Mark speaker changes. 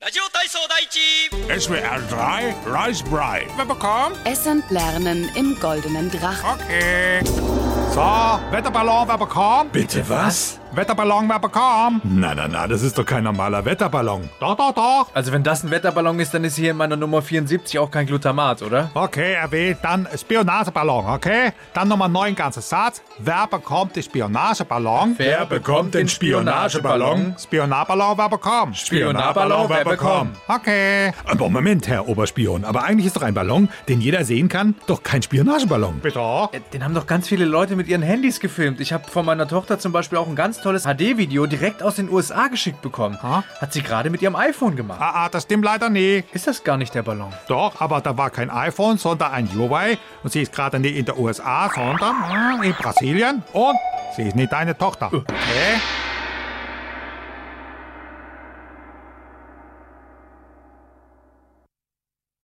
Speaker 1: ラジオ体操第一
Speaker 2: SWR 3 Rice Brei. Wer bekommt?
Speaker 3: Essen lernen im goldenen Drachen.
Speaker 2: Okay. So, Wetterballon, wer bekommt?
Speaker 4: Bitte was?
Speaker 2: Wetterballon, wer bekommt?
Speaker 4: Na, na, na, das ist doch kein normaler Wetterballon.
Speaker 2: Doch, doch, doch.
Speaker 5: Also wenn das ein Wetterballon ist, dann ist hier in meiner Nummer 74 auch kein Glutamat, oder?
Speaker 2: Okay, RW, dann Spionageballon, okay? Dann Nummer 9, ganzer Satz. Wer bekommt den Spionageballon?
Speaker 4: Wer bekommt den Spionageballon?
Speaker 2: Spionageballon, wer bekommt?
Speaker 4: Spionageballon, wer bekommt?
Speaker 2: Okay.
Speaker 4: Aber Moment, Herr Oberspion, aber eigentlich ist doch ein Ballon, den jeder sehen kann, doch kein Spionageballon.
Speaker 2: Bitte?
Speaker 5: Äh, Den haben doch ganz viele Leute mit ihren Handys gefilmt. Ich habe von meiner Tochter zum Beispiel auch ein ganz tolles HD-Video direkt aus den USA geschickt bekommen.
Speaker 2: Ha?
Speaker 5: Hat sie gerade mit ihrem iPhone gemacht.
Speaker 2: Ah, ah, das stimmt leider nie.
Speaker 5: Ist das gar nicht der Ballon?
Speaker 2: Doch, aber da war kein iPhone, sondern ein Huawei. Und sie ist gerade ah, nicht in der USA, sondern äh, in Brasilien. Und sie ist nicht deine Tochter. Okay?